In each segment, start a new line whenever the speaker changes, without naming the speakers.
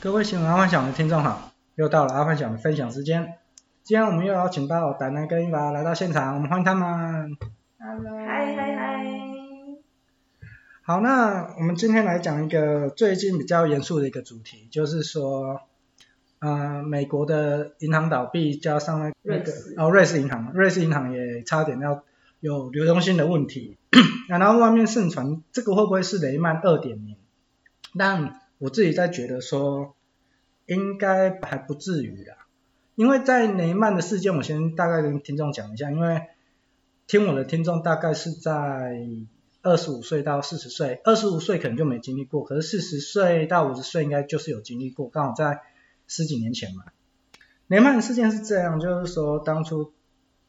各位喜欢阿幻想的听众好，又到了阿幻想的分享时间。今天我们又邀请到达南跟伊娃来到现场，我们欢迎他们。
Hello，
嗨嗨嗨！
好，那我们今天来讲一个最近比较严肃的一个主题，就是说，呃，美国的银行倒闭，加上那
瑞
个
士
哦，瑞士银行，瑞士银行也差点要有流动性的问题， 然后外面盛传这个会不会是雷曼二点零？但我自己在觉得说，应该还不至于啦，因为在雷曼的事件，我先大概跟听众讲一下，因为听我的听众大概是在二十五岁到四十岁，二十五岁可能就没经历过，可是四十岁到五十岁应该就是有经历过，刚好在十几年前嘛。雷曼事件是这样，就是说当初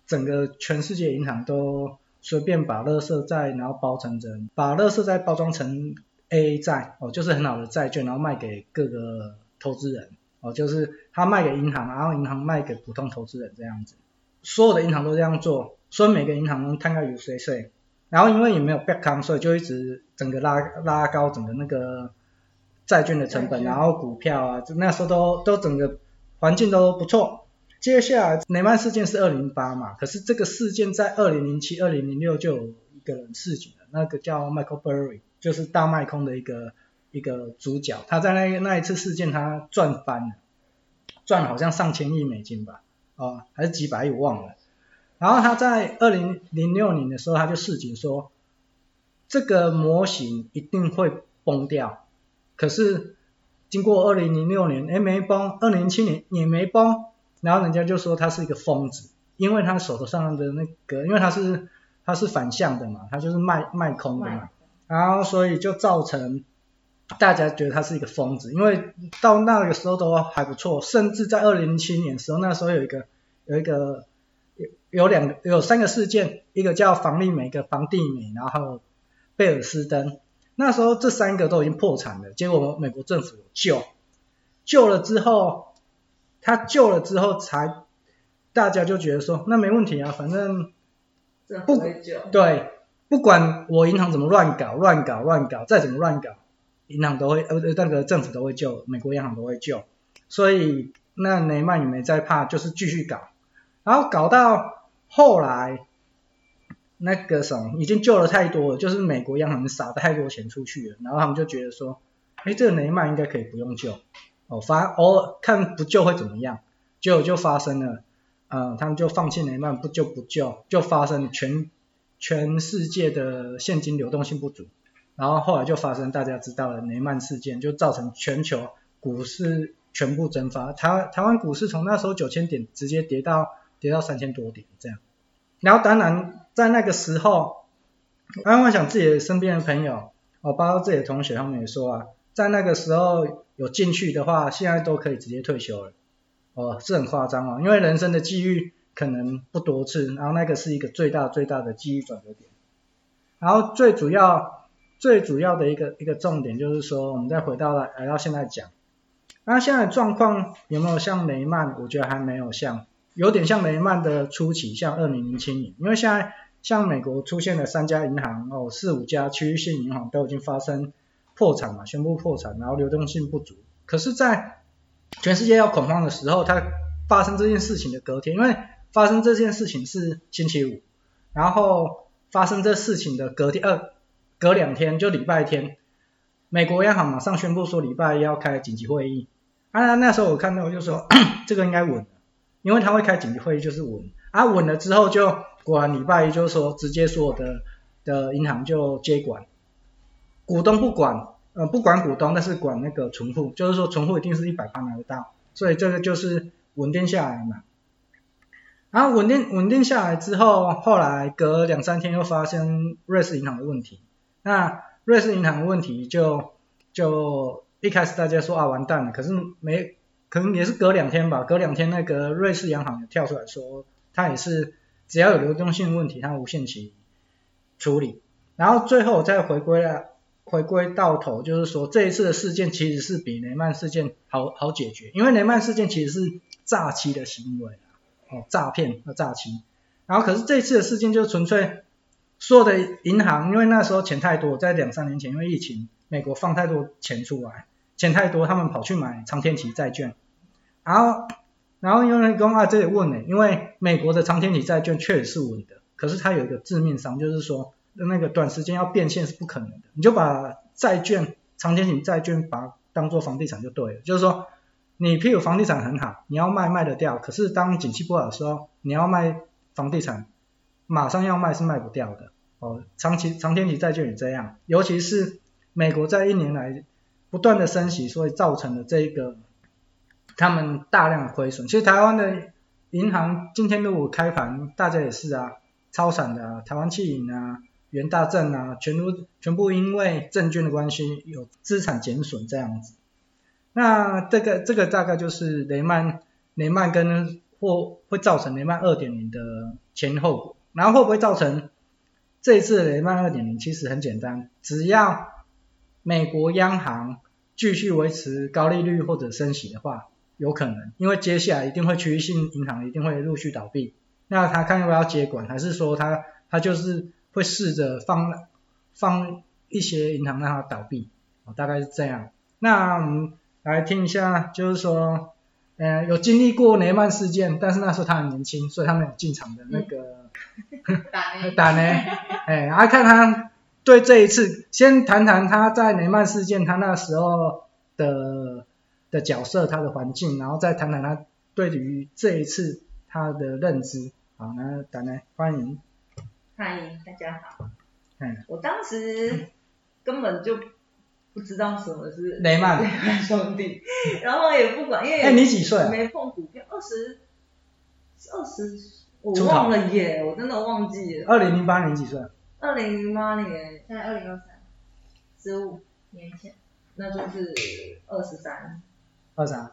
整个全世界银行都随便把垃圾债，然后包成成，把垃圾债包装成 A 债哦，就是很好的债券，然后卖给各个投资人哦，就是他卖给银行，然后银行卖给普通投资人这样子。所有的银行都这样做，所以每个银行都摊开有税税，然后因为也没有 back 康，所以就一直整个拉拉高整个那个债券的成本，
债券
然后股票啊，就那时候都都整个环境都不错。接下来雷曼事件是二零八嘛，可是这个事件在二零零七、二零零六就有一个人事情了，那个叫 Michael Burry，就是大麦空的一个一个主角，他在那那一次事件他赚翻了，赚了好像上千亿美金吧，哦，还是几百亿我忘了。然后他在二零零六年的时候，他就示警说，这个模型一定会崩掉。可是经过二零零六年，哎没崩，二零零七年也没崩，然后人家就说他是一个疯子，因为他手头上的那个，因为他是他是反向的嘛，他就是卖卖空的嘛
卖，
然后所以就造成大家觉得他是一个疯子，因为到那个时候都还不错，甚至在二零零七年的时候，那时候有一个有一个有有两个有三个事件，一个叫房利美，一个房地美，然后贝尔斯登，那时候这三个都已经破产了，结果美国政府有救，救了之后，他救了之后才大家就觉得说那没问题啊，反正
这
不
很久，
对，不管我银行怎么乱搞、乱搞、乱搞，再怎么乱搞，银行都会呃呃那个政府都会救，美国央行都会救，所以那雷曼也没在怕，就是继续搞，然后搞到后来那个什么已经救了太多了，就是美国央行撒太多钱出去了，然后他们就觉得说，哎，这个雷曼应该可以不用救，哦，反正偶尔看不救会怎么样，结果就发生了。呃，他们就放弃雷曼，不救不救，就发生全全世界的现金流动性不足，然后后来就发生大家知道的雷曼事件，就造成全球股市全部蒸发，台台湾股市从那时候九千点直接跌到跌到三千多点这样，然后当然在那个时候，安幻想自己的身边的朋友，哦，包括自己的同学，他们也说啊，在那个时候有进去的话，现在都可以直接退休了。哦，是很夸张哦，因为人生的际遇可能不多次，然后那个是一个最大最大的际遇转折点。然后最主要最主要的一个一个重点就是说，我们再回到来来到现在讲，那现在的状况有没有像雷曼？我觉得还没有像，有点像雷曼的初期，像二零零七年，因为现在像美国出现了三家银行哦，四五家区域性银行都已经发生破产嘛，宣布破产，然后流动性不足。可是，在全世界要恐慌的时候，它发生这件事情的隔天，因为发生这件事情是星期五，然后发生这事情的隔天，呃，隔两天就礼拜天，美国央行马上宣布说礼拜一要开紧急会议。啊，那时候我看到我就说 这个应该稳了，因为他会开紧急会议就是稳。啊，稳了之后就果然礼拜一就说直接所有的的银行就接管，股东不管，呃，不管股东，但是管那个存户，就是说存户一定是一百趴拿得到，所以这个就是稳定下来嘛。然后稳定稳定下来之后，后来隔两三天又发生瑞士银行的问题，那瑞士银行的问题就就一开始大家说啊完蛋了，可是没可能也是隔两天吧，隔两天那个瑞士央行也跳出来说，它也是只要有流动性问题，它无限期处理。然后最后我再回归了，回归到头，就是说这一次的事件其实是比雷曼事件好好解决，因为雷曼事件其实是诈欺的行为啊哦，诈骗和诈欺。然后可是这次的事件就纯粹所有的银行，因为那时候钱太多，在两三年前因为疫情，美国放太多钱出来，钱太多，他们跑去买长天期债券，然后然后因为公啊这里问呢、因为美国的长天期债券确实是稳的，可是它有一个致命伤，就是说那个短时间要变现是不可能的，你就把债券长天期债券把它当做房地产就对了，就是说你譬如房地产很好，你要卖卖得掉，可是当景气不好的时候，你要卖房地产，马上要卖是卖不掉的。哦，长期长天期债券也这样，尤其是美国在一年来不断的升息，所以造成了这一个他们大量的亏损。其实台湾的银行今天如果开盘，大家也是啊，超闪的啊，台湾汽银啊、元大证啊，全都全部因为证券的关系有资产减损这样子。那这个这个大概就是雷曼雷曼跟或会造成雷曼二点零的前因后果，然后会不会造成这一次的雷曼二点零？其实很简单，只要美国央行继续维持高利率或者升息的话，有可能，因为接下来一定会区域性银行一定会陆续倒闭，那他看要不要接管，还是说他他就是会试着放放一些银行让它倒闭，哦，大概是这样。那我们来听一下，就是说，呃，有经历过雷曼事件，但是那时候他很年轻，所以他没有进场的那个、
打那
打 呢，哎，啊，看他对这一次，先谈谈他在雷曼事件他那时候的的角色，他的环境，然后再谈谈他对于这一次他的认知。好，那打呢，欢迎，
嗨，大家好，
嗯，
我当时根本就不知道什么是
雷曼
雷曼 兄弟，然后也不管，因为
哎，你几岁啊？
没碰股票，二十二十，我
出头
忘了耶，我真的忘记了，
二零零八年几岁？啊
二零零八年
在二零二三
十五，
年前，
那就是二十三，
二三，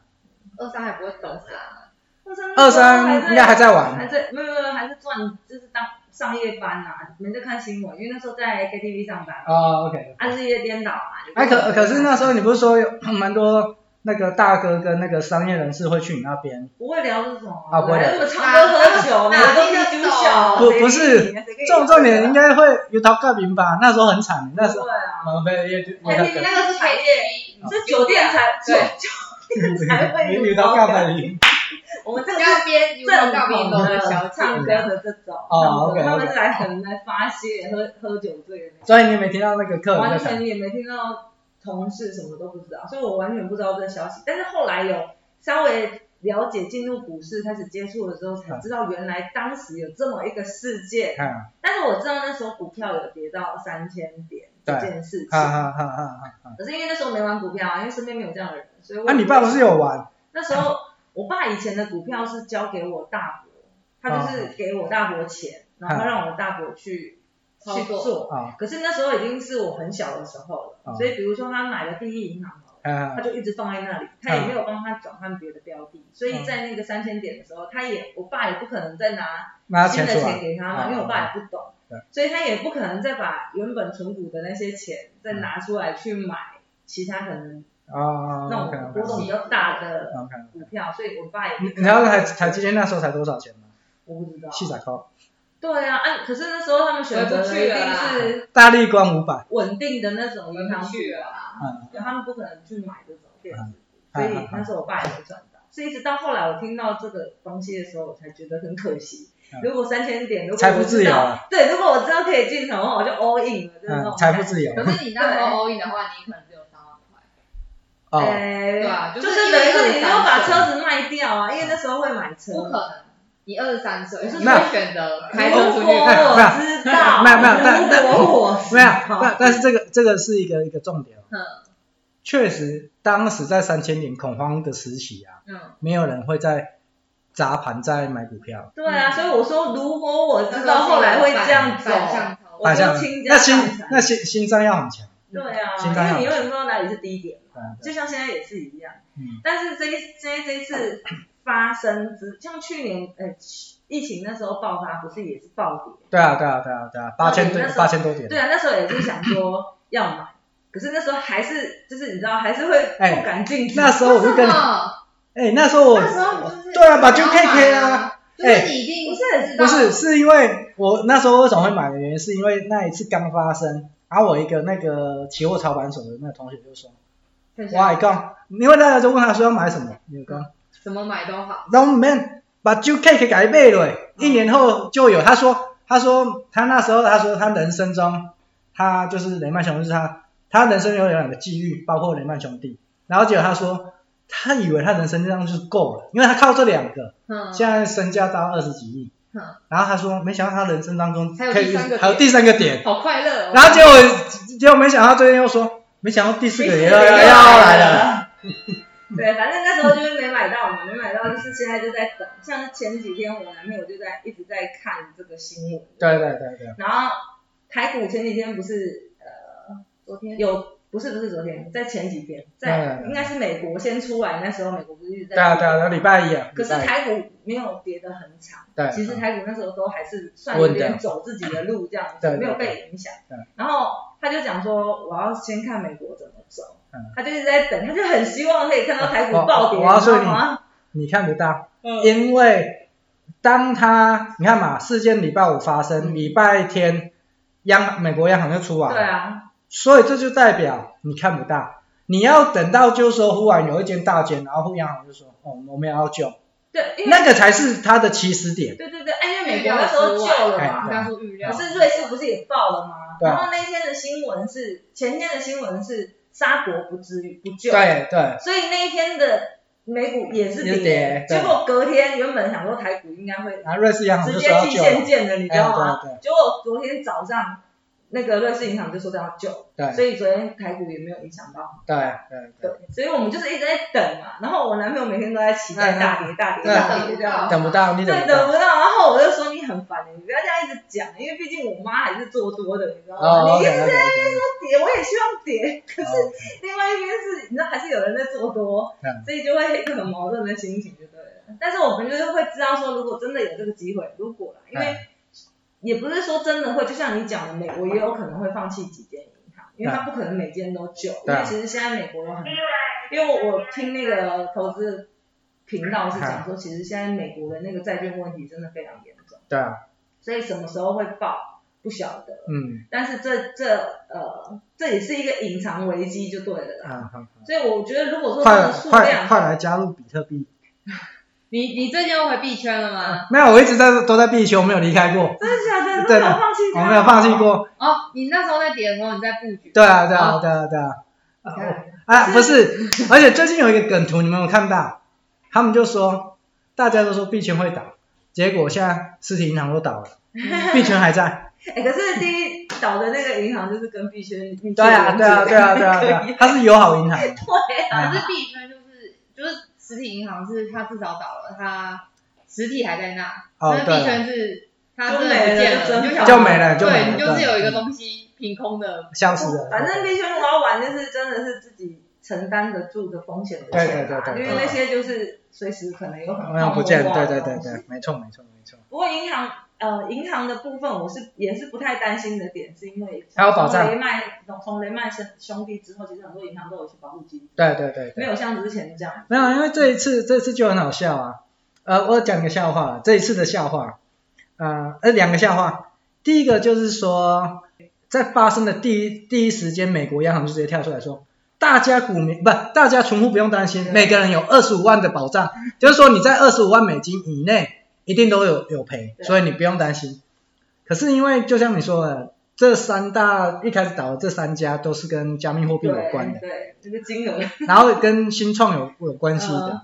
二三还不会懂啥，
二三
二三应该还在玩
还在没有没有还是赚，就是当上夜班啊，没在看新闻，因为那时候在 KTV 上班，
哦，OK。
按日夜颠倒嘛。你不
哎，可
懂
可是那时候你不是说有蛮多那个大哥跟那个商业人士会去你那边？
不会聊这种
啊不会聊
来那么常都喝酒，每
哪
个都
听得
是酒
懂
小，
不
谁
不
理
是
你啊谁跟你
重重点应
喝
该会有头盖明吧？那时候很惨，那时
酒
候
啊对
啊，没有，有
哎，你那个是陪练，
啊，这酒店才酒
对
酒店才会
有头盖明。
我们这个
要
是
边有
正
告
统
民的
的
小
唱歌
姐，
的这种，
哦，OK，OK
他们是来可能来发泄、喝喝酒醉的那种，
所以你没听到那个客人在
完
谈
全也没听到同事什么都不知道，所以我完全不知道这个消息。但是后来有稍微了解进入股市，开始接触的时候，才知道原来当时有这么一个世界。
啊
但是我知道那时候股票有跌到三千点
对
这件事情，
啊啊啊啊啊！
可是因为那时候没玩股票啊，因为身边没有这样的人，所以我
啊，你爸不是有玩？
那时候我爸以前的股票是交给我大伯，他就是给我大伯钱，然后让我大伯去
操
去
作
做。
啊
可是那时候已经是我很小的时候了，
啊
所以比如说他买了第一银行好了
啊
他就一直放在那里，他也没有帮他转换别的标的，所
嗯
以在那个三千点的时候，他也我爸也不可能再拿
拿
新
钱
的
出
钱
来，
给他
啊
嘛，因为我爸也不懂
对，
所以他也不可能再把原本存股的那些钱再拿出来去买其他可能
啊
那
，OK
种
OK
波动比较大的
OK。
股票，所以我爸也
你你知道台台积电那时候才多少钱吗？
我不知道。
七百块，
对啊，啊，可是那时候他们选择的一定是
大力光五百，
稳定的那种银行股
去了
啊，
嗯，
他们不可能去买这种电子股，
嗯
所
嗯嗯
以那时候我爸也没赚到。所以一直到后来我听到这个东西的时候，我才觉得很可惜
嗯。
如果三千点，如果
财富
我
自
知
由
道，
啊，
对，如果我知道可以进场的话，我就 all in 了，就是那
嗯，
种
财富自由
可是你那时候 all in 的话，你可能只有三万块，
哦，
哎，
对啊
就
就是
是
因
等于
为
是你要把
23
车子卖掉啊，因为那时候会买车。
不可能。你二十三岁，就是
那
会选择开
如
车
果
出去
哎
看。
我知道，
没有没有但但
如果我知
没有，
道
但但是这个这个是一个一个重点哦，
嗯
确实当时在三千点恐慌的时期啊，
嗯，
没有人会在砸盘在买股票，
对啊，所以我说如果我知道后来会这样走，
反向操
我
反
作，
向
就倾家
那心
荡产。
那心心脏要很强，
对啊，
心
因
脏要
为你永远不知道哪里是低点，
对啊对
就像现在也是一样。
嗯
但是这一这一这一次发生之，像去年呃疫情那时候爆发，不是也是暴跌？
对啊对啊对啊对啊，八千
你
多
那时候
八千多点，
对啊，那时候也是想说要买，可是那时候还是就是你知道还是会
哎
不敢进去。
那时候我就跟
为什么
哎那时候我
那时候你就是
对啊把
就
QKK 啊，
就是你一定
哎不是
知道
不是是因为我那时候为什么会买的原因是因为那一次刚发生，然后我一个那个期货操盘手的那个同学就说，
很
我还
像
讲，因为大家都问他说要买什么，你就讲
什么买都好，
都唔免把酒 cake 改背了，一年后就有。他说，他说他那时候他说他人生中，他就是雷曼兄弟是他，他人生有两个际遇，包括雷曼兄弟。然后结果他说，他以为他人生这样就是够了，因为他靠这两个，
嗯，
现在身价到二十几亿。
嗯
然后他说，没想到他人生当中
还有
可以
第三个
还有第三个点，
好快乐哦。
然后结果结果没想到最近又说，没想到第四个也要要要来了。
对，反正那时候就是没买到嘛，没买到就是现在就在等。像前几天我男朋友就在一直在看这个新闻，
对对对对，
然后台股前几天不是呃
昨天
有不是不是昨天，在前几天，在
嗯
应该是美国先出来，那时候美国不是一直在
对啊对啊，然后礼拜一啊，
可是
礼拜一
台股没有跌得很惨，
对
其实
嗯
台股那时候都还是算有点走自己的路这样
对
子，
对
没有被影响
对。
然后他就讲说，我要先看美国怎么走
嗯，哦
他就一直在等，他就很希望可以看到台股暴跌，
我我我要
你知
说
道
你
吗？
你看不到，
嗯，
因为当他你看嘛，事件礼拜五发生，
嗯
礼拜天央美国央行就出来，
对，啊，
所以这就代表你看不到，你要等到就是说忽然有一间大间，然后央行就说哦我们要救，
对，因为
那个才是它的起始点，
对对对，哎，因为美国那时候救了
哎
嘛
对，
刚说预料，
可是瑞士不是也爆了吗？
对啊
然后那一天的新闻是，前天的新闻是沙国不至于不救，
对对
所以那一天的美股也是
也是跌
跌，
对
结果隔天原本想说台股应该会
然后瑞士央行
直
就
接
说要
去
救，
现见的，你知道吗
哎对对？
结果昨天早上那个瑞士银行就说要救，所
对
以昨天台股也没有影响到。
对对对
对，，所以我们就是一直在等嘛。然后我男朋友每天都在期
嗯
待大跌大跌
对
大跌这样。
等不到你等
对，
不
等
到，
不到，然后我就说你很烦，你不要这样一直讲，因为毕竟我妈还是做多的，你知道吗？
哦
你一直
OK
在
OK
那边说跌，我也希望跌，可是
OK，
另外一边是，你知道还是有人在做多，
嗯
所以就会一个很矛盾的心情，就对了。但是我们就是会知道说，如果真的有这个机会，如果啦，因为
嗯
也不是说真的会，就像你讲的，美国也有可能会放弃几间银行，因为它不可能每间都救，因
对
为其实现在美国有很，因为我听那个投资频道是讲说，其实现在美国的那个债券问题真的非常严重，
对啊，
所以什么时候会爆不晓得，
嗯
但是这这呃，这也是一个隐藏危机就对了啦。
啊好，好
所以我觉得，如果说它
快
的数
快
量，
快来加入比特币。
你你最近又回币圈了吗？
没有，我一直在都在必修，没有离开过，
真的假的？你都
对
没有放弃
我
它？
没有放弃。过。
哦，你那时候在跌的时候你在布局，哦
对啊，对
哦
啊，对啊，对啊。啊
你看
我啊，不是，而且最近有一个梗图，你们有看到？他们就说，大家都说币圈会倒，结果现在实体银行都倒了， 币圈还 在。
哎，可是第一岛的那个银行就是跟币圈密切
对啊，
连
对啊，
接
对啊，对啊，对啊，它是友好银行。
对
可
哎
是啊币圈就是就是实体银行是它至少倒了，它实体还在那，
哦
但，是币
对，
圈是它真的不见
就没了就
就没了，就
真
你就想
没了，
对，你就是有一个
对
东西凭空的，
消失了。
反正币圈我要玩，就是真的是自己承担得住的风险的
对
钱
对
啦
对对
因为那些就是随时可能有可能
好像不见，
泡沫化
对
的
对对
东西
对，没错没错没错。
不过银行呃银行的部分，我是也是不太担心的点，是因为
还有保障
从雷曼从从雷曼兄兄弟之后，其实很多银行都有一些保护机制，
对对对对
没。有像之前这样。
没有，因为这一次这次就很好笑啊。呃，我讲个笑话，这一次的笑话，呃，呃，两个笑话。第一个就是说，在发生的第一第一时间，美国央行就直接跳出来说，大家股民不，大家存户不用担心，
对
每个人有二十五万的保障，就是说你在二十五万美金以内一定都有有赔，
对
所以你不用担心。可是因为就像你说的，这三大一开始倒的这三家都是跟加密货币有关的，
对，对这嗯个金 额。
然后跟新创有有
嗯
关系的。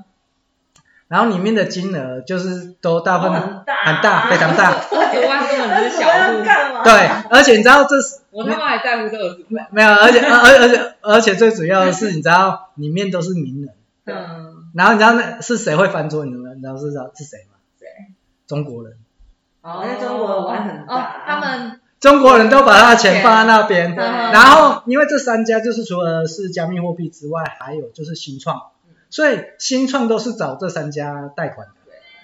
然后里面的金额就是都大部分
都很大啊
很大，非常 大。
二十万根本
那
就是
我
是小
要
户，
干嘛？
对，而且你知道这是
我他妈还在乎这二十万，
没有，而且而而而且而且最主要的是，你知道里面都是名人，
对
嗯，
然后你知道那是谁会翻桌，你们你知道是是谁吗？
谁？
中国人，
哦那中国玩很大
哦，他们
中国人都把他的钱放在那边。
对
嗯
然后因为这三家就是除了是加密货币之外，还有就是新创，所以新创都是找这三家贷款的。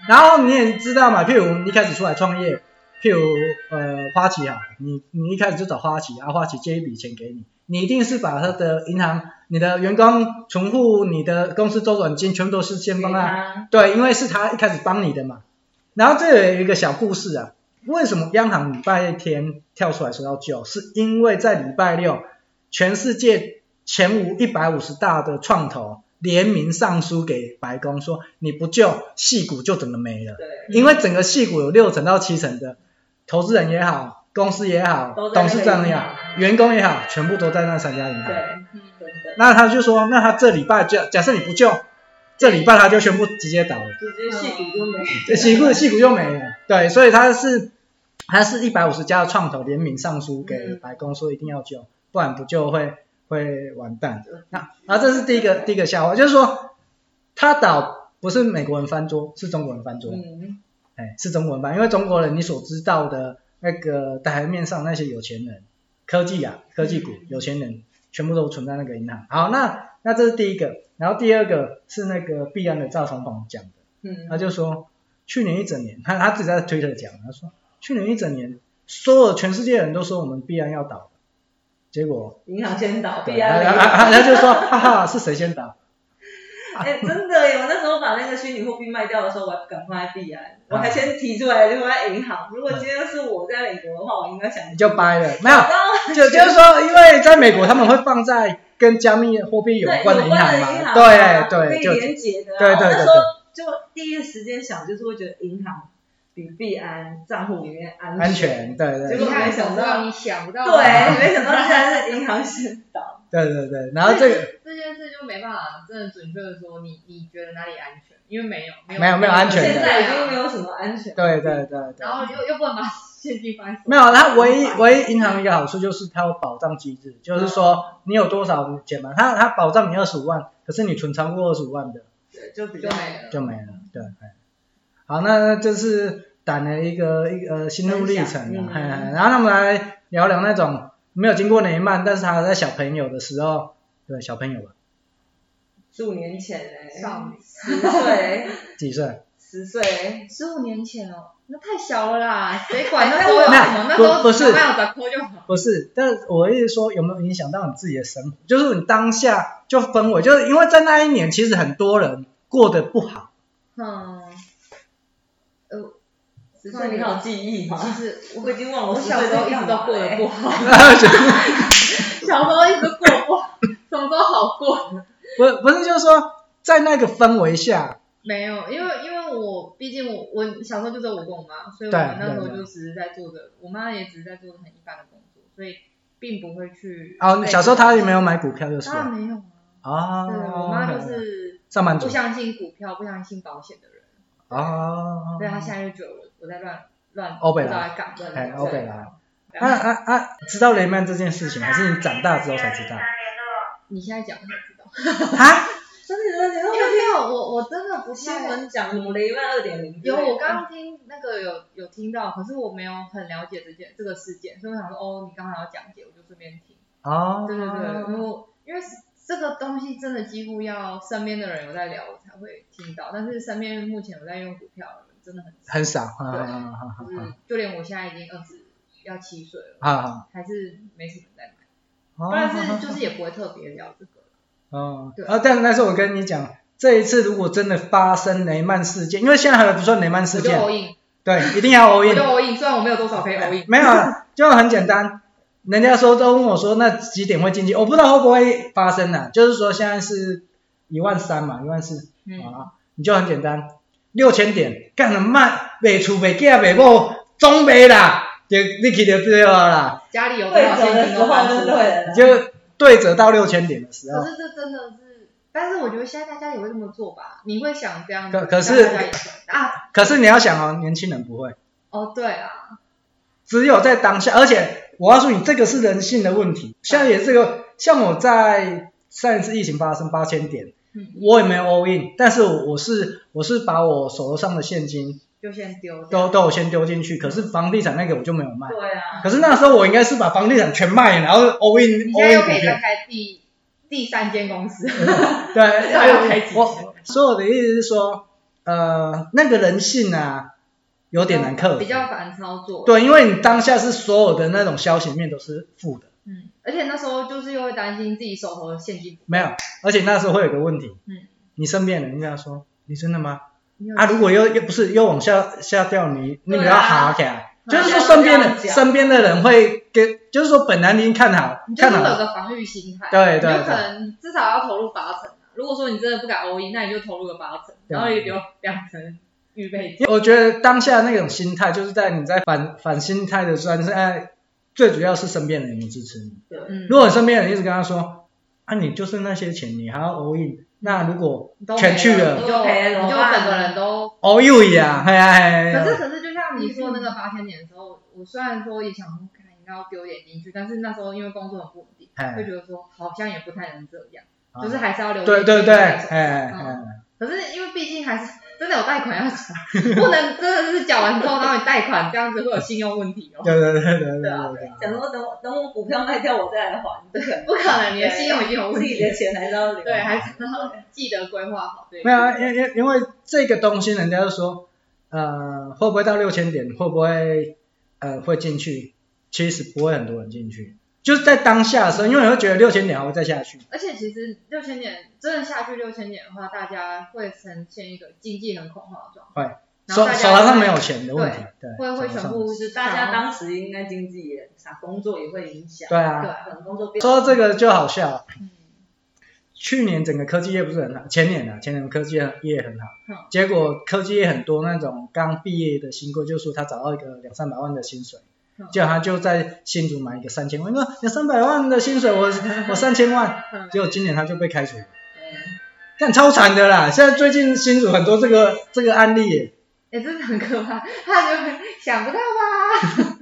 然后你也知道嘛，譬如你一开始出来创业，譬如呃花旗啊，你你一开始就找花旗，啊花旗借一笔钱给你，你一定是把他的银行、你的员工存户、你的公司周转金全部都是先放在，
啊，
对，因为是他一开始帮你的嘛。然后这有一个小故事啊，为什么央行礼拜天跳出来说要救？是因为在礼拜六，全世界前五一百五十大的创投联名上书给白宫说，你不救，戏股就整个没了。
嗯
对，
因为整个戏股有六成到七成的投资人也好，公司也好
都，在那
董
个
事长也好
银，行
员工也好，全部都在那三家银行。
对，
嗯，
真的
那他就说，那他这礼拜就假设你不救，这礼拜他就宣布直接倒了，
直接戏骨就没了。
这欸戏股戏股就没了。对，所以他是他是一百五十家的创投联名上书给
嗯
白宫说一定要救，不然不救会会完蛋。那那这是第一个第一个笑话，就是说他倒不是美国人翻桌，是中国人翻桌。
嗯，
哎，是中国人吧？因为中国人你所知道的那个台面上那些有钱人，科技啊，科技股
嗯
有钱人全部都存在那个银行。好，那那这是第一个，然后第二个是那个币安的赵长鹏讲的，
嗯，
他就说去年一整年，他他自己在推特讲，他说去年一整年，所有全世界人都说我们币安要倒了，结果
银行先倒，
对
必安
他
没
他
有
他他就说 哈哈是谁先倒？
哎，真的耶！我那时候把那个虚拟货币卖掉的时候，我还不敢放在币安，我还先提出来就放在银行。如果今天是我在美国的话，我应该想
你就掰了没有？
然 后
就就是说，因为在美国他们会放在跟加密货币有
对
关
的
的银行嘛，
行
对
可
对，
以
就
连接的啊。
对对对
我那时候就第一时间想，就是会觉得银行比币安账户里面安
安全，对对
结
对
果没想到
你想不到，
对，没想到竟然是银行先倒。
对对对，然后这个
这件事就没办法真的准确的说你你觉得哪里安全，因为没有没有
没有没有安全的
现在已经没
啊
有什么安全。
对对对对
然，后又又不能把现金放在手
没有它唯一
上
唯一银行一个好处就是它有保障机制，就是说你有多少钱嘛，它它保障你二十五万，可是你存超过二十五万的
对，就比
就
较
没了，
就没了，对，哎好，那这是党的一个一个呃心路历程啊
分享
嘿
嗯，
嘿然后那我们来聊聊那种没有经过雷曼，但是他在小朋友的时候，对小朋友吧，
十五年前哎，
少女
十岁，
几岁？
十岁，
十五年前哦，那太小了啦，谁管那时候有什
那
么？那时候
不不是
那有折扣就好。
不是，但是我意思说有没有影响到你自己的生活？就是你当下就氛围，就是因为在那一年，其实很多人过得不 好，
嗯，呃，
十岁你好有记忆吗？
其实
我
我
已经忘了
我
十岁
小时候
在
一
干
直都
嘛
过得
欸
不好，小时候一直都过不好，什么都好过。
不不是，就是说在那个氛围下，
没有，因为因为我毕竟我我小时候就只有我跟我妈，所以
嗯
我
对
们那时候
对对
就只是在做着，我妈也只是在做着很一般的工作，所以并不会去。
哦，小时候他也没有买股票，就是
当然没有啊，
啊，
对我妈就是
上班族
不相信股票、不相信保险的人，
啊，
所以她现在就觉得我我在乱乱
欧北
不知道
啦
在干乱
哎
乱。
，OK 啦。
然
啊
后
啊啊！知道雷曼这件事情，还是你长大之后才知道
你现在讲我才知道，
啊？
真的真的，
因为没有我我真的不
新
太
闻讲什么雷曼二点零？
有，我刚刚听那个有有听到，可是我没有很了解这件这个事件，所以我想说，哦，你刚好要讲解，我就顺便听。
哦，
对对对，因为我因为这个东西真的几乎要身边的人有在聊，我才会听到。但是身边目前有在用股票的人真的很少，
很少，啊啊
就是就连我现在已经二十要七岁了，
啊啊！
还是没什么人在买，
不
不然是就是也不会特别聊这个。
哦，
对
啊，但但是我跟你讲，这一次如果真的发生雷曼事件，因为现在还不算雷曼
我
事
就 all
件，
in，
对，一定要 all
我就
in，
all in，虽然我没有 多少可以 all in，
没有啊，就很简单。人家说都问我说那几点会进去，我不知道会不会发生呢、就是说现在是一万三嘛，一万四
嗯，
啊，你就很简单，六千点，干了卖，卖厝卖囝卖某，总卖啦，就你去就对了啦，
家里有多
对
少
折
现
的
金
时
都放
候
出
就
来。
对了啦。
就对折到六千点的时
可
候，
是这真的是，但是我觉得现在大家也会这么做吧？你会想这样子，
可可是
大家也会啊，
可是你要想哦，年轻人不会。
哦对啊，
只有在当下，而且我告诉你，这个是人性的问题。像也这个，像我在上一次疫情发生八千点，
嗯，
我也没有 all in，但是我我是我是把我手头上的现金
就先丢
都
掉，
都有先丢进去，可是房地产那个我就没有卖。
对啊，
可是那时候我应该是把房地产全卖，然后 all in
你现
all
在
in
又可
股
以再
票。
开第第三间公司，
对，
还 要开几间
我所以我的意思是说，呃，那个人性啊，有点难克服。
哦比较难操作。，
对，因为你当下是所有的那种消息面都是负的。
嗯，而且那时候就是又会担心自己手头的现金不，
没有，而且那时候会有个问题，
嗯，
你身边的人跟他说，你真的吗？
你有
啊，如果又又不是又往下下掉你，你
对啊
比较哈起来，
对
就
啊
是说身边
这
的
样讲
身边的人会给，就是说本来您看好
你，就是
看
会有
好，
个防御心态，
对对
你就可能至少要投入八成、啊。如果说你真的不敢 all in，那你就投入个八成，
对
然后也留两成预备金。
因为我觉得当下那种心态，就是在你在反反心态的时候，你是哎，最主要是身边的人支持你。
对，
嗯
如，果身边人一直跟他说，啊，你就是那些钱，你还要 all in，那如果
你都
全去
没
了
你
都
就
赔了
你
怎
就
么办
整个人都。
all you 呀，哎呀哎呀
可是
哎呀，
可是，就像你说那个八千点的时候，我虽然说也想说，看应该要丢点进去，但是那时候因为工作很不稳定，
哎
会觉得说好像也不太能这样，
啊
就是还是要留
对
点
对
金
对，
在手上
哎
嗯
哎，
可是因为毕竟还是真的有贷款要缴，不能真的是缴完之后，然后你贷款这样子会有信用问题哦。
对对对对对对
啊
对，
想说等我等我股票卖掉，我再来还，对，
不可能，你的信用已经有
自
问
己
题
的
了。
钱还是要留。
对，还是
啊
要记得规划好。对，
没有啊，因因因为这个东西，人家就说，呃，会不会到六千点，会不会呃会进去？其实不会很多人进去，就是在当下的时候，因为你会觉得六千点还会再下去。
而且其实六千点真的下去六千点的话，大家会呈现一个经济很恐慌的状态
会，
然后
手
大家
手头上没有钱的问题，对，
会会
手
全
上
部
就是大家当时应该经济也啥工作也会影响，
对啊。
对
可能工作变
说到这个就好笑，
嗯
去年整个科技业不是很好，前年啊，前年科技业很好，
嗯
结果科技业很多那种刚毕业的新贵就说他找到一个两三百万的薪水
嗯，
结果他就在新竹买一个三千万，那两三百万的薪水 我我三千万，
嗯
结果今年他就被开除了，干超惨的啦！现在最近新竹很多这个这个案例耶，
也哎真的很可怕，他就想不到吧？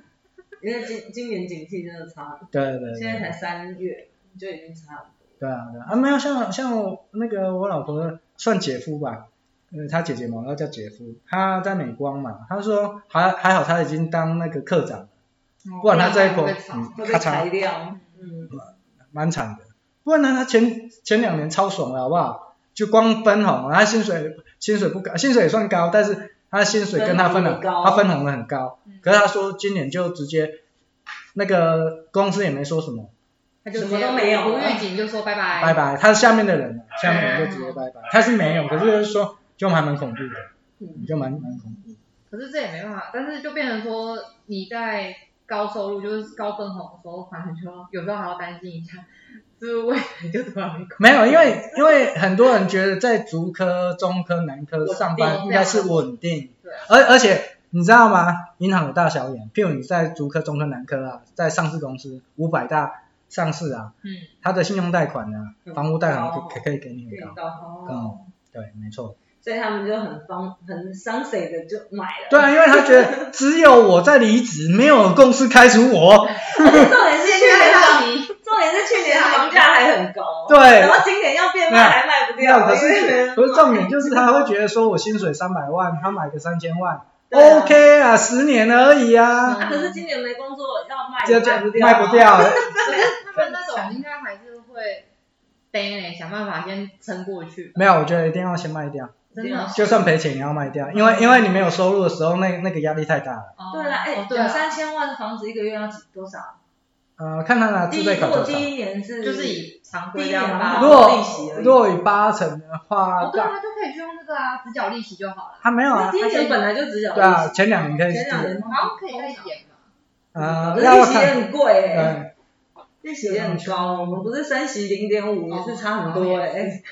因为今今年景气真的差，
对对对，
现在才三月就已经差很多。
对啊，对啊，啊没有像像我那个我老婆算姐夫吧，呃，她姐姐嘛，我要叫姐夫，她在美光嘛，她说还还好，她已经当那个科长了， 不然他这一波
会被炒
嗯
会被裁掉，嗯，
蛮惨的，不然呢，她前前两年超爽的好不好？就光分红，她薪水薪水不高，薪水也算高，但是她薪水跟她分
分
红，
红很高
她分红的很高
嗯，
可是她说今年就直接那个公司也没说什么，
他就
什
直
么
接
都没有
无
了
预警就说拜拜。
拜拜，她下面的人，啊下面人就直接拜拜，她是没有，可是就是说就还蛮恐怖的。
嗯
就蛮蛮恐怖。
可是这也没办法，但是就变成说你在高收入就是高分红的时候，反正就有时候还要担心一下，就是未来就突然没 空
没有，因为因为很多人觉得在竹科、中科、南科上班应该是稳定
对，
而而且你知道吗？银行有大小眼，譬如你在竹科、中科、南科啊，在上市公司五百大上市啊，
嗯，
它的信用贷款呢、
嗯
房屋贷款可
高
可可以给你
变
很高。
高，
哦，
嗯，对，没错。
所以他们就很方很伤谁的就买了。
对啊，因为他觉得只有我在离职，没有公司开除我。
重点是去年
看
房，
到你
重点是去年房价还很高，
对
然后今年要变卖还卖不
没有，
掉，
可
因为没
是
人
可是重点就是他会觉得说我薪水三百万，他买个三千万
对啊
，OK 啊，十年而已啊。
啊可是今年没工作要卖
这
也
就
卖不掉，
卖不。掉，
他们那种应该还是会背呢，想办法先撑过去，
没有，我觉得一定要先卖掉，
真
啊
的。
就算赔钱也要卖掉，因
嗯
为因为你没有收入的时候，那那个压力太大了。
哦
对啦，哎
哦，对
两
啊，
三千万的房子一个月要几多少？
呃，看他拿自
第一，
备
如
款
果
多
第
少。
一年是
就是以常
第
规
一
这
年好
样吧。
如
像
果
利息而已
如果以八成的话
哦，，啊对啊，就可以去用那个啊，只缴利息就好了，
他没有啊
第，一年本来就只有
对啊，前两年可以
哦前两年
好像可以再演嘛。
呃，要
利息也
看，嗯呃
很贵哎，
对，
利息也很高，我们不是升息零点五
哦
也是差很多哎，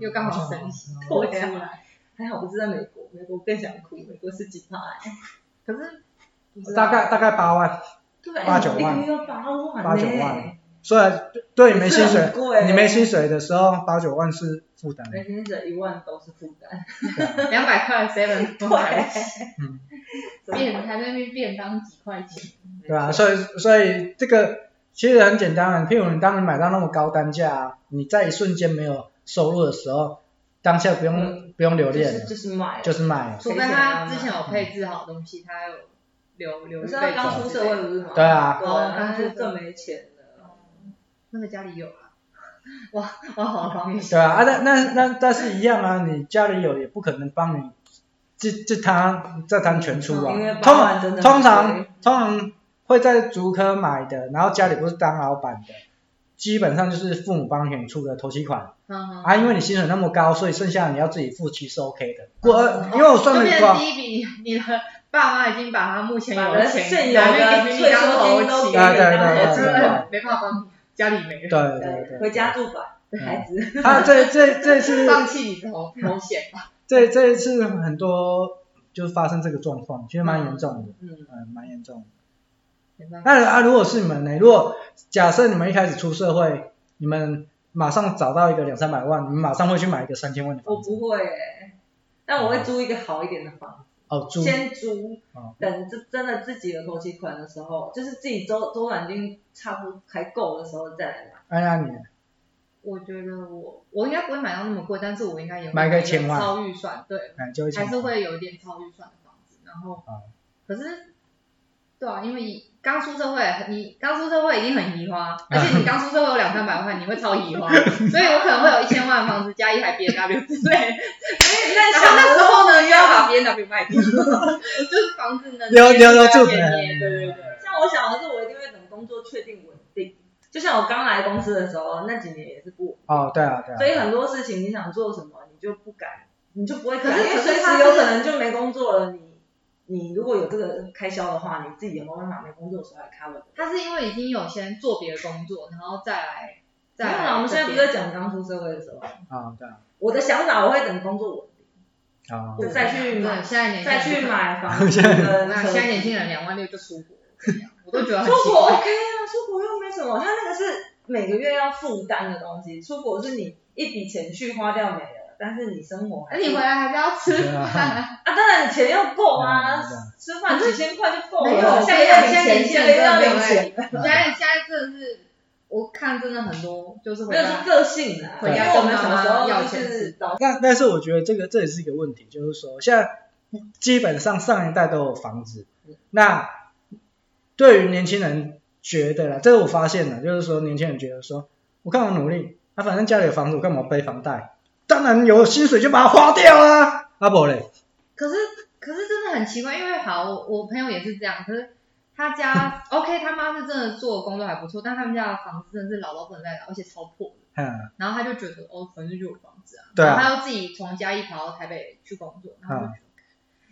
又刚好升息
嗯
拖出来。
还好不是在美国，美国更想哭，美国是几趴哎，
可是不知道
大概大概八万，
对，
啊
八九万
一个月八万，
八九万，所以对你没薪
也是
水
很贵，
你没薪水的时候，八九万是负担。啊
每天这一万都是负担，
两百块的 seven 都买不起，
嗯，
便还在那边便当几块钱，
对啊，所以所以这个其实很简单啊，譬如你当你买到那么高单价、啊，你在一瞬间没有收入的时候，当下不用、不用留
嗯就
恋了，
是就是买了，
就是卖了。
除非他之前有配置好东西，他有留留
可
备
是他刚出社会不是吗？
对啊
对
哦
他是更没钱了。
那个家里有啊， 哇，我好方便。
对啊，啊，那那那但是一样啊，你家里有也不可能帮你这这摊这摊全出啊
嗯因为。
通
八万真的
通
很
常
贵
通常会在竹科买的，然后家里不是当老板的，基本上就是父母帮你出的头期
哦
款。
嗯
啊，因为你薪水
哦
那么高，所以剩下你要自己付，其实 OK 的。我因为我算
就
了一
变
卦
成，第一笔，你的爸妈已经把他目前有的钱
把现有的
拿去给你当头期，
对对
然后
对
真
对对
的 没办法帮你，家里没
对
了，
对嗯
回
对，
家住吧，孩子。
他这这这次
放弃你哦投投险 吧。
这这一次很多就是发生这个状况，其实蛮严重的，
嗯，
嗯，蛮严重的。
没办法，
那啊，如果是你们呢？如果假设你们一开始出社会，你们马上找到一个两三百万，你们马上会去买一个三千万的
我
房子
不会欸，但我会租一个好一点的房
哦，
子，
租
先租，
哦，
等这真的自己有头期款的时候，就是自己周周转金差不多还够的时候再来买。
哎呀你呢，
我觉得我我应该不会买到那么贵，但是我应该也会
买个
一
千万
超预算，对，
哎，就一起
还是会有一点超预算的房子。然后
啊，
可是，对啊，因为你刚出社会，你刚出社会一定很移 花，而且你刚出社会有两三百万，你会超移花，所以我可能会有一千万的房子加一台 B N W 之 类的。
哎，在
然后
想
那时候呢，又要把
要
B N W 卖 掉，就是房子呢，
留留留住
便宜，对对对。
像我想的是，我一定会等工作确定稳定。就像我刚来公司的时候，那几年也是不
哦，对啊对
所
啊，
以很多事情你想做什么，你就不敢，你就不会
可
敢，
是
因为
可是
随
他
时
是
有可能就没工作了。你你如果有这个开销的话，你自己有没有办法没工作的时候来 cover？
他是因为已经有先做别的工作，然后再来再
当
来这边。
然，我们现在不是在讲刚出社会的时候，
啊对啊，
我的想法我会等工作稳定，
啊
我再去买
对现在年轻
再
人
去。买房子跟
那
车
现 在年
子。
轻人两万六就出国，我都觉得很
出
奇
国
怪。
OK 啊，出国又没什么，他那个是每个月要负担的东西，出国是你一笔钱去花掉没了，但是你生活还
那
是
你回来还是要吃饭，
啊，当然你钱要够啊
对啊，
吃饭几千块就够
没
了。
有，
下个月领钱，
现
下
在
个月要
年轻
领钱。
人真的没有现在现在真的是，我看真的很多就是回
没有是
来，
个性啊，因
回
为
家
我们
跟妈
小
妈
时候
要
就
钱
是
吃
老
但但是我觉得这个这也是一个问题，就是说现在基本上上一代都有房子，那对于年轻人觉得啦，这个我发现了，就是说年轻人觉得说，我干嘛努力？啊，反正家里有房子，我干嘛背房贷？当然有薪水就把它花掉啊，阿伯嘞，
可是可是真的很奇怪，因为好，我我朋友也是这样，可是他家 OK，他妈是真的做的工作还不错，但他们家的房子真的是老到不能再老，而且超破。
嗯，
然后他就觉得哦，反正就有房子啊，
对啊嗯
然后他又自己从嘉义跑到台北去工作，然后就觉得，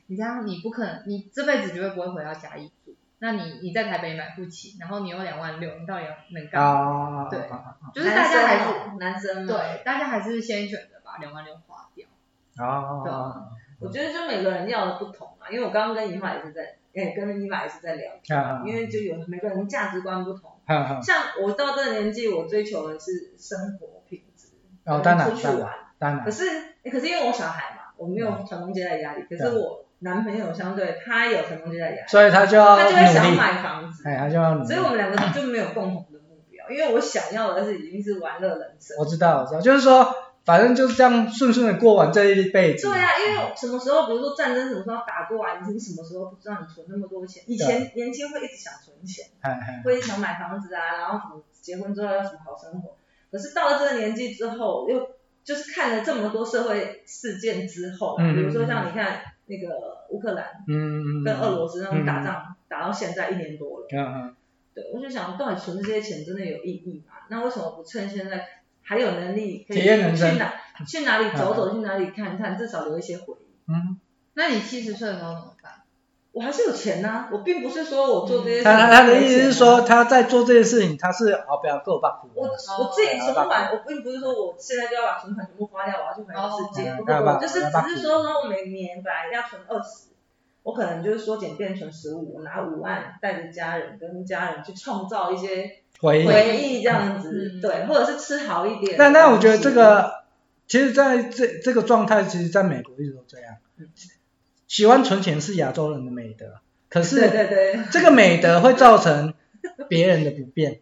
你这样你不可能，你这辈子绝对不会回到嘉义住，那你你在台北买不起，然后你有两万六，你到底能干嘛？
啊，
对
啊
就是大家还
男
是
生嘛男生嘛，
对，大家还是先选择把两万六花掉，对
啊
啊，
我觉得就每个人要的不同嘛。因为我刚刚跟姨妈也是在，哎，跟姨妈也是在聊，
啊
因为就有每个人价值观不
啊
同。
啊，
像我到这个年纪，我追求的是生活品质，
哦，当然
出去
当
玩
然。当
可
然，
是、欸可是因为我小孩嘛，我没有
嗯
传宗接代压力，可
对啊
是我男朋友相对他有传宗接代压力，
所以他就要
他就会想
努力，
买房子，
哎，他就要努力
所以。我们两个就没有共同的目标，因为我想要的是已经是玩乐人生。
我知道，我知道，就是说，反正就是这样顺顺的过完这一辈子。
对啊，因为什么时候，比如说战争什么时候打过来，你是什么时候不知道你存那么多钱？以前年轻会一直想存钱，
哎哎，
会一直想买房子啊，然后什么结婚之后要什么好生活。可是到了这个年纪之后，又就是看了这么多社会事件之后，
嗯
比如说像你看那个乌克兰
嗯，
跟俄罗斯那种打仗，打到现在一年多了。
嗯，嗯
对，我就想，到底存这些钱真的有意义吗？那为什么不趁现在还有能力可以
体验人生
去哪去哪里走走，去哪里看看，至少留一些回忆。
嗯，
那你七十岁的时候怎么办？
我还是有钱呐、我并不是说我做这些
嗯
事情、啊
他他的意思是说，，他在做这件事情，他是好不要够吧？
我我自己存款，我并不是说我现在就要把存款全部花掉，我要去环游世界，
哦
不不
那吧
不，就是
那吧
只是说，说我每年本来要存二十。我可能就是缩减变成十五，我拿五万带着家人跟家人去创造一些
回忆。
回忆，这样子，
嗯
对，或者是吃好一点的东西。
但但我觉得这个，其实在这这个状态，其实在美国一直都这样。喜欢存钱是亚洲人的美德，可
对
是
对对，
这个美德会造成别人的不便。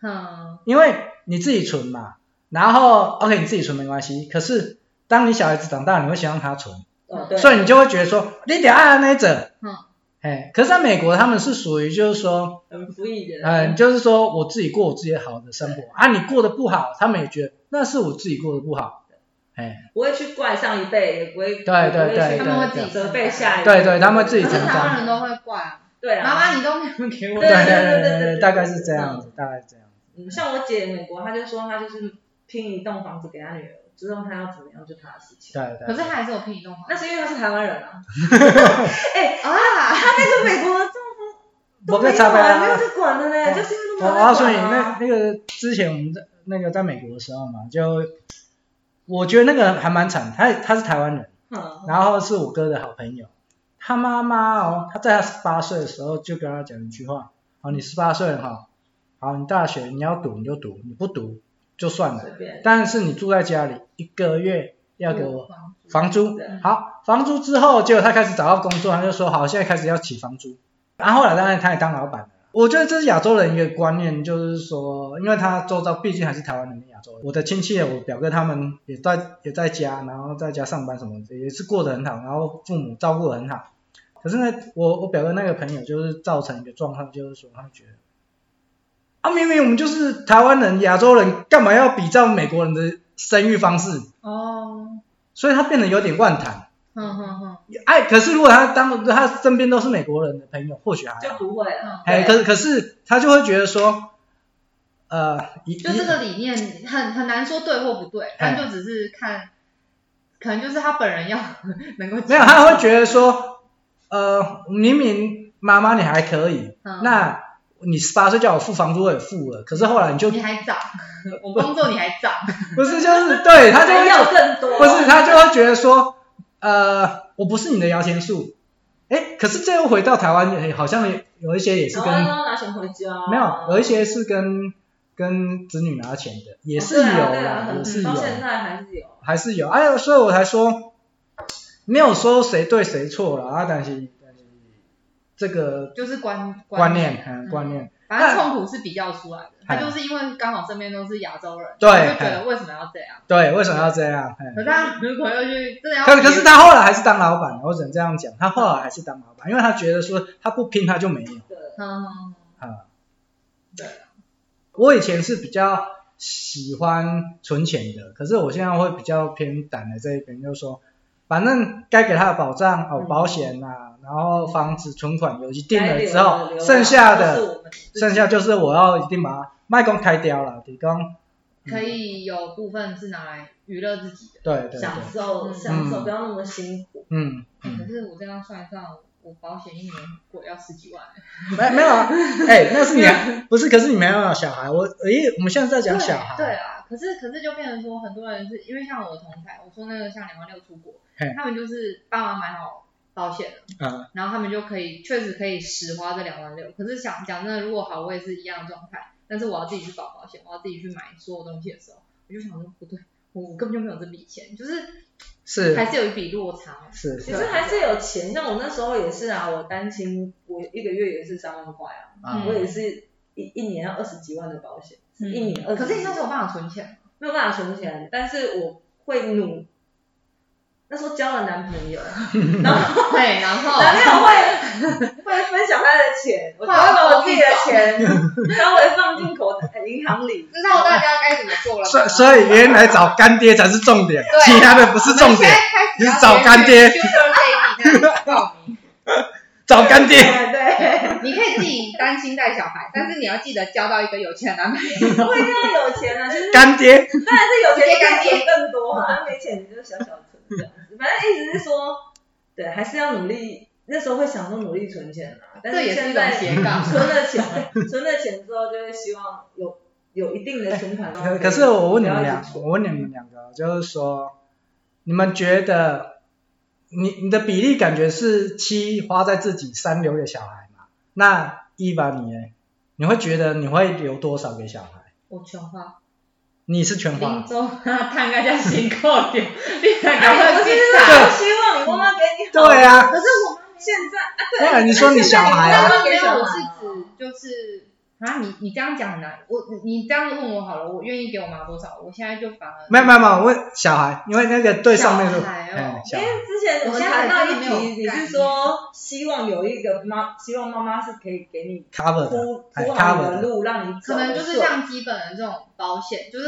嗯，
因为你自己存嘛，然后 OK 你自己存没关系，可是当你小孩子长大，你会想让他存，
哦对，
所以你就会觉得说你得爱那者，
嗯，
哎，可是在美国他们是属于就是说，
很不易的。
嗯、就是说我自己过我自己好的生活啊，你过得不好，他们也觉得那是我自己过得不好，哎，
不会去怪上一辈，也不会
对对对
也
他
不
们
会
会
对
自己
去责备下一
对
辈，
对，他们会自己嗯
可
承
是台湾
担，
人都会怪啊，
对
妈
啊，
妈你都没有给我
对对
对对
对
对
对
对
对，
对
大概是这样子，大概是这样子，
嗯像我姐美国，她就说她就是拼一栋房子给她女儿，就让他要怎么样就他的事情。
对啊对。
可是他还是有骗你弄吗？
那是因为他是台湾人啊，
啊，
他那个美国政府都
我
没
被
有
查
啊，
吧
没有在管的嘞，
我
就是因为
我
都没有在管啊。
告哦诉你，那那个之前我们在那个在美国的时候嘛，就我觉得那个还蛮惨，他他是台湾人，
嗯
然后是我哥的好朋友，他妈妈哦，他在他十八岁的时候就跟他讲一句话，哦，你十八岁了哈，好，你大学你要读你就读，你不读就算了，
随便，
但是你住在家里一个月要给我房租
对，
好，房租之后，结果他开始找到工作，他就说好，现在开始要起房租。然后后来当然他也当老板了。我觉得这是亚洲人一个观念，就是说，因为他周遭毕竟还是台湾人跟亚洲人，我的亲戚、我表哥他们也在也在家，然后在家上班什么的，也是过得很好，然后父母照顾得很好。可是呢，我我表哥那个朋友就是造成一个状况，就是说他觉得，啊，明明我们就是台湾人、亚洲人，干嘛要比照美国人的生育方式？
哦，
所以他变得有点乱谈。
哼哼哼，
哎，可是如果他当他身边都是美国人的朋友，或许还
就
好。
不会
嗯
了。
哎，可可是他就会觉得说，呃，一
就这个理念很很难说对或不对，
哎
但就只是看，可能就是他本人要 能够
没有，他会觉得说，呃，明明妈妈你还可以，
嗯
那你十八岁叫我付房租我也付了，可是后来 你就
你还涨，我工作你还涨，
不是就是对他就
还要
会
更多，
不是他就会觉得说，呃，我不是你的摇钱树。哎，可是这又回到台湾，哎好像也有一些也是跟
台湾
哦
都拿钱回家，
没有，有一些是跟跟子女拿钱的，也是有
对啊对啊
啦，
很
也是有
到，现在还是有。
还是有。哎呦，所以我才说没有说谁对谁错了啊，但是但是这个
就是观
观念，嗯，
嗯
观念，
反正痛苦是比较出来的，他
哎
就是因为刚好身边都是亚洲人，
对哎
他就觉得为什么要这样？
对，为什么要这样？哎
嗯
可是他如果要去真的要，
可可是他后来还是当老板，我只能这样讲，他后来还是当老板，因为他觉得说他不拼他就没有。
对，
嗯，
啊，
对。
我以前是比较喜欢存钱的，可是我现在会比较偏胆的这一边，就是说，反正该给他的保障哦，
嗯
保险呐、然后房子存款有一定
该
了
留
之后
的，留
剩下
都是
的
我们自己
剩下就是我要一定把它卖光开掉了，提供
可以有部分是拿来娱乐自己的。
对对对，
享受
嗯
享受，
嗯
不要那么辛苦。
嗯
可
嗯，
是我这样算一算，我保险一年很贵，要十几万。
没没有啊，哎，那是你还 不是，可是你没有啊小孩，我诶，我们现在在讲小孩，
对对啊，可是可是就变成说，很多人是因为像我的同台，我说那个像两万六出国
嘿，
他们就是爸妈买好保险了，
啊，
然后他们就可以确实可以实花这两万六。可是想讲真的，如果好，我也是一样的状态，但是我要自己去保保险，我要自己去买所有东西的时候，我就想说不对，我根本就没有这笔钱，就是
是
还是有一笔落差。
是
其
是
实还是有钱，像我那时候也是啊，我单亲，我一个月也是三万块啊，
啊
我也是一一年要二十几万的保险，
嗯
一年二十几万。
嗯可是你那时候有办法 存钱
没有办法存钱，但是我会努。那时候交了男朋友，
吗，对，然后
男朋友会会分享他的钱，我才会把我自己的钱 稍微放进口袋银行里。
知道大家该怎么做了吗，
所以所以原来找干爹才是重点，
对
其他的不是重点。
你
你是找干爹
Sugar Baby 那里报名。
找干爹，
对对，
你可以自己担心带小孩，但是你要记得交到一个有钱的男朋友。
我一定要有钱啊！就是
干爹，
当然是有钱你可以存更多啊，没钱你就小小存这样子。反正意思是说，对，还是要努力。那时候会想说努力存钱啊，但
这
是
也是
现
一种
在
斜杠。
存了钱，存了钱之后就会希望有有一定的存款。
可可是我问你们
不要一
两
直，
我
存
问你们两个，就是说，你们觉得你你的比例感觉是七花在自己，三留给小孩嘛？那伊娃你呢？你会觉得你会留多少给小孩？
我全花，
你是全
林
花，
州探个家辛苦点，你赶
哎，
快
不是，
去
就是
打。
我希望你妈妈给你好。
对啊，
可是我
现在啊，对。
不然你说你小孩
妈
啊，
妈没有，我是指就是啊，你你这样讲很难，我你你这样问我好了，我愿意给我妈多少，我现在就反而
没有没有没有，我问小孩，因为那个对上面是，
小孩哦
哎，小
因
孩
为之前
我
我
们
看到一
家里真的没有
题，你
概
是
念
说希望有一个妈，希望妈妈是可以给你
cover 的，
铺
哎
铺好你
cover 的
的路，让你走
可能就是
顺
像基本的这种保险，就是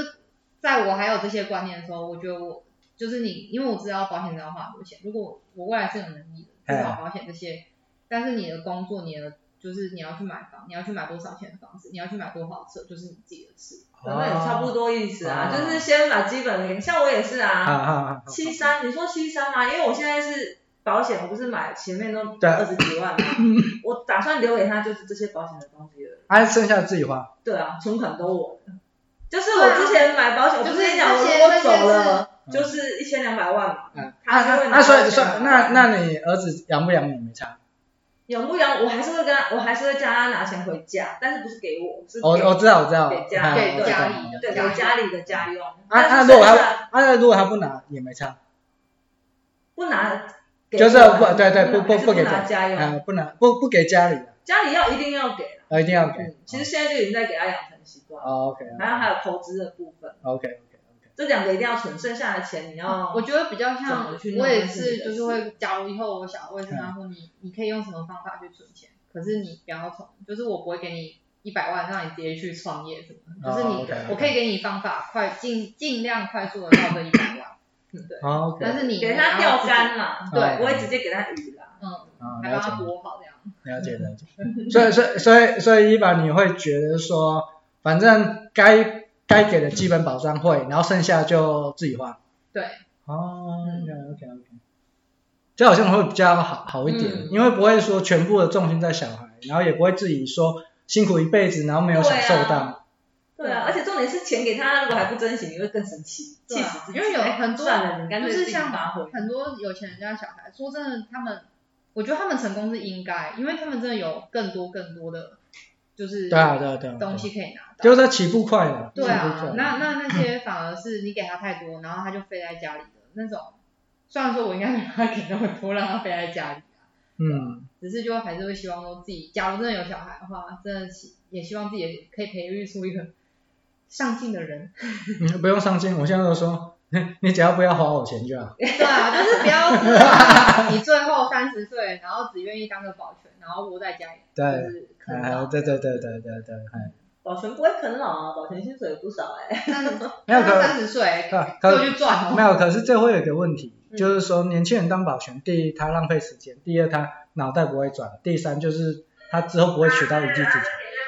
在我还有这些观念的时候，我觉得我就是你，因为我知道保险真的要花很多钱。如果我我未来是有能力的，
哎
至少保险这些，但是你的工作、你的就是你要去买房，你要去买多少钱的房子，你要去买多少车，就是你自己的事。
那也差不多意思
哦
啊，就是先把基本的，像我也是
啊
啊，
啊啊！
七三，你说七三啊，因为我现在是保险，我不是买前面都
啊
对
二十几 万嘛，我打算留给他就是这些保险的东西了。
还剩下自己花，
对啊，存款都我的。就是我之前买保险，我
就
不
是
是跟你讲，我
那
如
些
果走了，
那些
就是是一千两百万嘛。
嗯
他就会拿
那所以
这
算了
个
那那你儿子养不养你没差，
养不养，我还是会跟他，我还是会叫他拿钱回家，但是不是给我，是
我
给
我知道我知道，
给家
啊
给
我知道
家里的
对
啊
给家里的家用。
啊，
但是
如果
剩
他
下
啊如果他不拿也没差，
不拿给
就是
我
不对对不
还
不
是
不给
拿
家
家用，
啊不拿不不给家里，
家里要一定要给啦。
啊一定要给啊
嗯，其实现在就已经在给他养成习惯了，
OK
然后还有投资的部分，
OK OK OK，
这两个一定要存，剩下的钱你要
哦我觉得比较
怎
像
么哦去，弄
我也
自己
是，
的
就是
事
会，假如以后我小，我也是跟他说，啊你你可以用什么方法去存钱，可是你不要从，就是我不会给你一百万让你直接去创业什么的，就是
哦
你
，OK，OK
我可以给你方法，快尽尽量快速的到这一百万，嗯
好 OK，
但是你
给他钓竿
了，
嘛，
哦
对
我会直接给他鱼啦。
嗯，
啊
还
了
帮
解
他剥好这样，
了解了解，所以所以所以所以一般你会觉得说，反正该该给的基本保障会，然后剩下就自己花。
对，
哦
嗯
，OK OK OK，这好像会比较好好一点，
嗯
因为不会说全部的重心在小孩，然后也不会自己说辛苦一辈子，然后没有享受到。
对啊，而且重点是钱给他，如果还不珍惜，你会更生气，
对
气
啊
死自己。
因为有
哎
很多
算了，你干
就
脆
是
自己
像
发挥。
很多有钱人家小孩，说真的，他们，我觉得他们成功是应该，因为他们真的有更多更多的就是
对啊对啊对啊，
东西可以拿到
就。是他起步快了。
对
起步
啊
快，
那那那些反而是你给他太多，然后他就飞在家里的那种。虽然说我应该没把他给那么多，让他飞在家里啊，
嗯，
只是就还是会希望说自己，假如真的有小孩的话，真的希也希望自己也可以培育出一个上进的人。
嗯不用上心，我现在都说， 你只要不要花我钱就好。哎
对啊，就是不要是那种你最后三十岁，然后只愿意当个保全，然后窝在家里，
对
就是可
哎，
嗯
能。
对对对对对对，哎，
保全不会啃老啊，保全薪水也不少哎。
但是
没有可
三十岁
可
就
可
去赚
没
哦。
有，可是这会有个问题，
嗯
就是说年轻人当保全，第一他浪费时间，第二他脑袋不会转，第三就是他之后不会学到一技之长。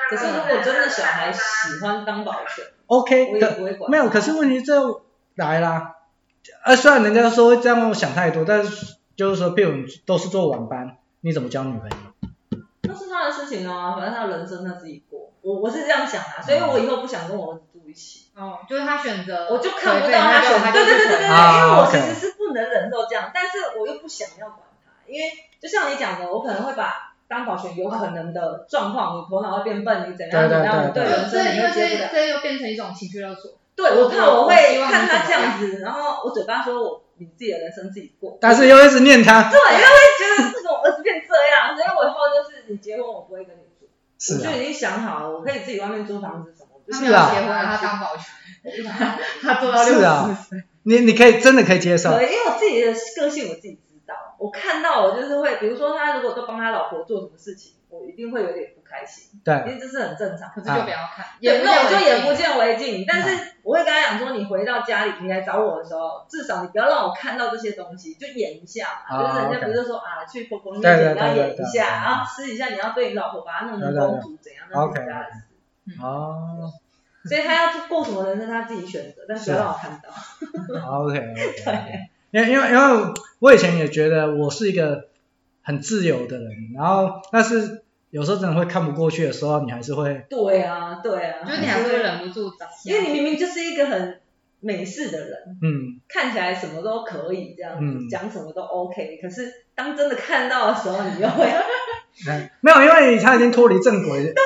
可是如果真的小孩喜欢当保全，我
OK
也
的，
不会管。
没有，哎可是问题这来啦。啊，虽然人家说这样我想太多，但是就是说，譬如你都是做晚班，你怎么交女朋友？
那是他的事情啊，反正他的人生他自己过。我我是这样想啊，所以我以后不想跟我儿子住一起。
哦，就是他选择，
我就看不到他选，
他
对
就
对对对对，
啊
因为我其
OK
实是不能忍受这样，但是我又不想要管他，因为就像你讲的，我可能会把当保全有可能的状况，你头脑会变笨，你怎样，
对对
你让你
对
对
对
人
这
生
因
你
为
会接不
这
了。
这又变成一种情绪勒索。
对，我怕我
我希
会
望
看他
你
这样子，然后我嘴巴说我你自己的人生自己过，
但是又一直念他，
对，因为会觉得这种儿子变这样，所以我以后就是你结婚我不会跟你住，
是
我
啊，
就已经想好了，我可以自己外面租房子什么，我就
他
是
没有
啊
结婚，他当保全，他做到六
是啊
十岁。
你你可以真的可以接受，
对，因为我自己的个性我自己知道，我看到我就是会，比如说他如果都帮他老婆做什么事情，我一定会有点不开心，因
对，
为这是很正常
可
的。
是就不要看，
对，那我就眼不
见
见为净，但
嗯
是我会跟他讲说，你回到家里，你来找我的时候，至少你不要让我看到这些东西，就演一下嘛。
啊
就是人家
OK
不是说啊，去婆婆面
对对
前你要
对对
演
对
一
对
下，然后私底下你要对你老婆把她弄成
对对对
公主怎样，那是
OK，
人家的 事。
哦
所以他要过什么人生，他自己选择，但是不要让我看到。
，OK OK，因为因为因为我以前也觉得我是一个很自由的人，然后但是有时候真的会看不过去的时候，你还是会，
对啊，对啊，
就是你还是会忍不住找，
因为你明明就是一个很美式的人，
嗯，
看起来什么都可以这样子，
嗯
讲什么都 OK，可是当真的看到的时候，你又会
哎没有，因为他已经脱离正轨了，对，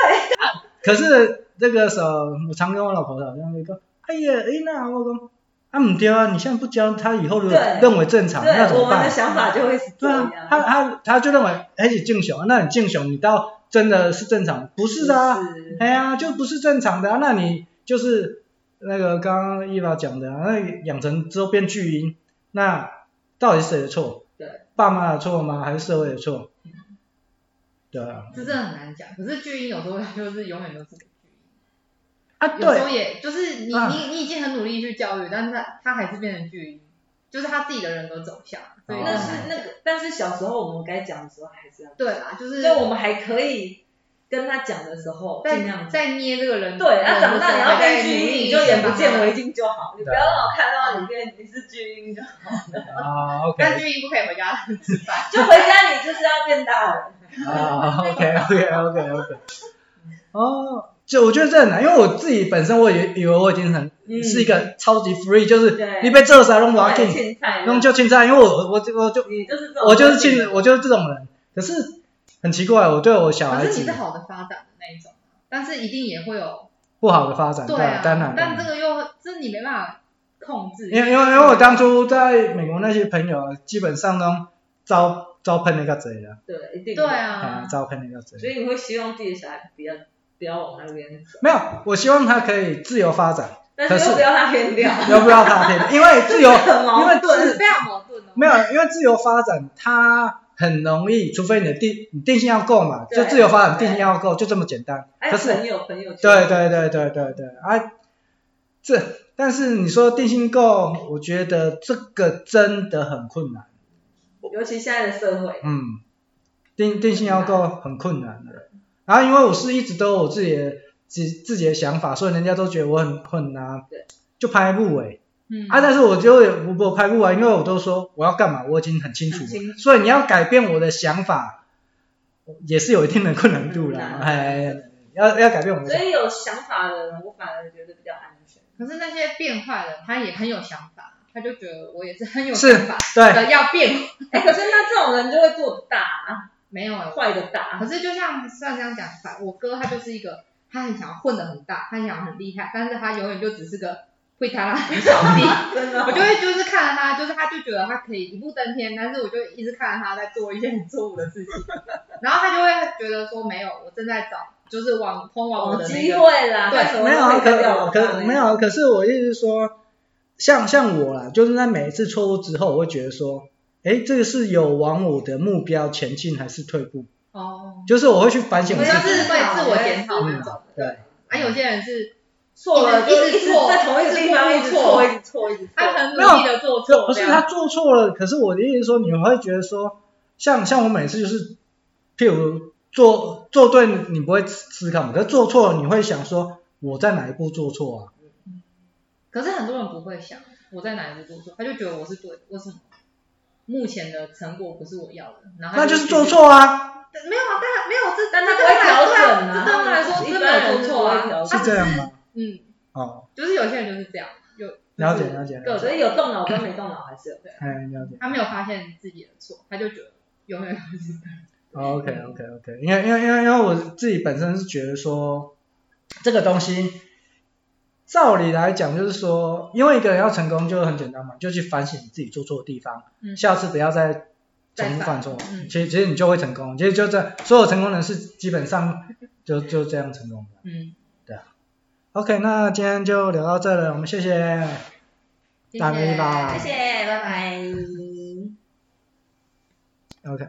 可是这个时候我常跟我老婆好像会说，哎呀，哎那我讲，啊唔对啊，你现在不教他以后如果
对
认为正常，那怎
对我
么
们
办
的？想法就会是这
对啊
样。，
他他他就认为，哎，你敬雄，那你敬雄，你到真的是正常，不是啊，
是
哎呀，就不是正常的啊，那你就是那个刚刚伊娃讲的啊，那养成之后变巨婴，那到底是谁的错？
对，
爸妈的错吗？还是社会的错？对啊，
这真的很难讲。可是巨婴有时候就是永远都是个巨婴，
啊
有时
对
候也就是你
啊
你你已经很努力去教育，但是他他还是变成巨婴，就是他自己的人格走向，所以
哦
就
那
很
是
难
那个，但是小时候我们该讲的时候还是要，
对啦，就是
所以我们还可以跟他讲的时候，尽量
在在捏这个人，
对，那长大你要
变
变巨婴，你就眼不见为净就好，你不要让我看到你变你是巨婴就好，
啊
但
，OK，
巨婴不可以回家吃饭。
就回家你就是要变大人。
啊，OK，OK，OK，OK，哦，就我觉得这很难，因为我自己本身我也以为我已经很
嗯
是一个超级 free，就是
对
你被这啥弄
我
我
青
king，
青菜，
弄就青菜，因为我我我就
你就是这种
我就是
个性
青，我就是这种人，可是很奇怪，我对我小
可
孩
是你
子
是好的发展的那一种，啊但是一定也会有
不好的发展，
对
啊
啊，
当然，
但这个又这你没办法控制，
因为因为因为我当初在美国那些朋友啊基本上都遭遭喷那个贼了，
对，一定
对
啊
啊，，
遭喷那个贼。
所以你会希望自己的小孩不要不要往那边走，
没有，我希望他可以自由发展，
但
可
是
是
又不要他偏掉，
要不要他可以，因为自由，
很
因为
矛
自
盾。
非常矛盾哦。
没有，因为自由发展它很容易，除非你的定你定性要够嘛，
对
就自由发展
对
定性要够，就这么简单。
哎，
可是
朋友朋友圈，
对对对对对对啊，这但是你说定性够，我觉得这个真的很困难。
尤其现在的社会，
嗯，定定性要够很困难的。然后因为我是一直都有我自己的自自己的想法，所以人家都觉得我很困难
对，
就拍不尾
嗯
啊。但是我就有我我拍不完，因为我都说我要干嘛，我已经很清楚了
很清楚
所以你要改变我的想法，也是有一定的困难度啦。
嗯
哎，要要改变我们的
所
想法，
以有想法的人，我反而觉得比较安全。
可是那些变坏了，他也很有想法，他就觉得我也是很有
是
想法
对
的，要变
哎，可是那这种人就会做大啊，
没有欸
坏的大
啊可。是就像像这样讲法，我哥他就是一个，他很想要混得很大，他很想要很厉害，但是他永远就只是个会他啦的小弟。
真的哦
我就会就是看着他，就是他就觉得他可以一步登天，但是我就一直看着他在做一些很错误的事情， 然后他就会觉得说没有，我正在找，就是往通往我
有
的那
哦机
个。哦
会啦，
对
他什么
没有
都可
啊，
以干
可
掉我
可没有啊，可是我意思是说，像像我啦，就是在每一次错误之后，我会觉得说，哎，这个是有往我的目标前进还是退步？
哦，
就是我会去反省
我
我
就
自
啊是
己。
会自我检讨那
嗯
种。，
对，
啊，有些人是
错了，
一直
就
一直错
在同一个地方一直错，一直错，一直错。
他很努
没有
力的做
就
错，
不是
这样
他做错了，可是我的意思是说，你会觉得说，像像我每次就是，譬如做做对你不会思考嘛，可是做错了你会想说，我在哪一步做错啊？
可是很多人不会想我在哪一步做错，他就觉得我是对的，为什么目前的成果不是我要的？然后他
那就是做
继续
错啊，
没有啊，当然没有，这
但他
这
不会
对来
调
说
整啊
这对他来说
一
这没
般
有
人
做
是
错
不会
啊
调，
他
整
是
只
这样吗？
嗯，
哦，
就是有些人就是这样，有
了解了解，了
各
解
所以有动脑跟没动脑还是有的。
哎，了解。
他没有发现自己的错，他就觉得永远都是
哦 OK OK OK，因为因为因为因为我自己本身是觉得说，这个东西，照理来讲就是说，因为一个人要成功就很简单嘛，就去反省自己做错的地方，
嗯
下次不要再重
再
复犯
犯
错。
嗯
其实其实你就会成功，其实就这所有成功人士基本上 就就这样成功的。啊
嗯，
OK，那今天就聊到这了，我们谢谢。
谢
大咪吧
谢谢，拜拜。
OK。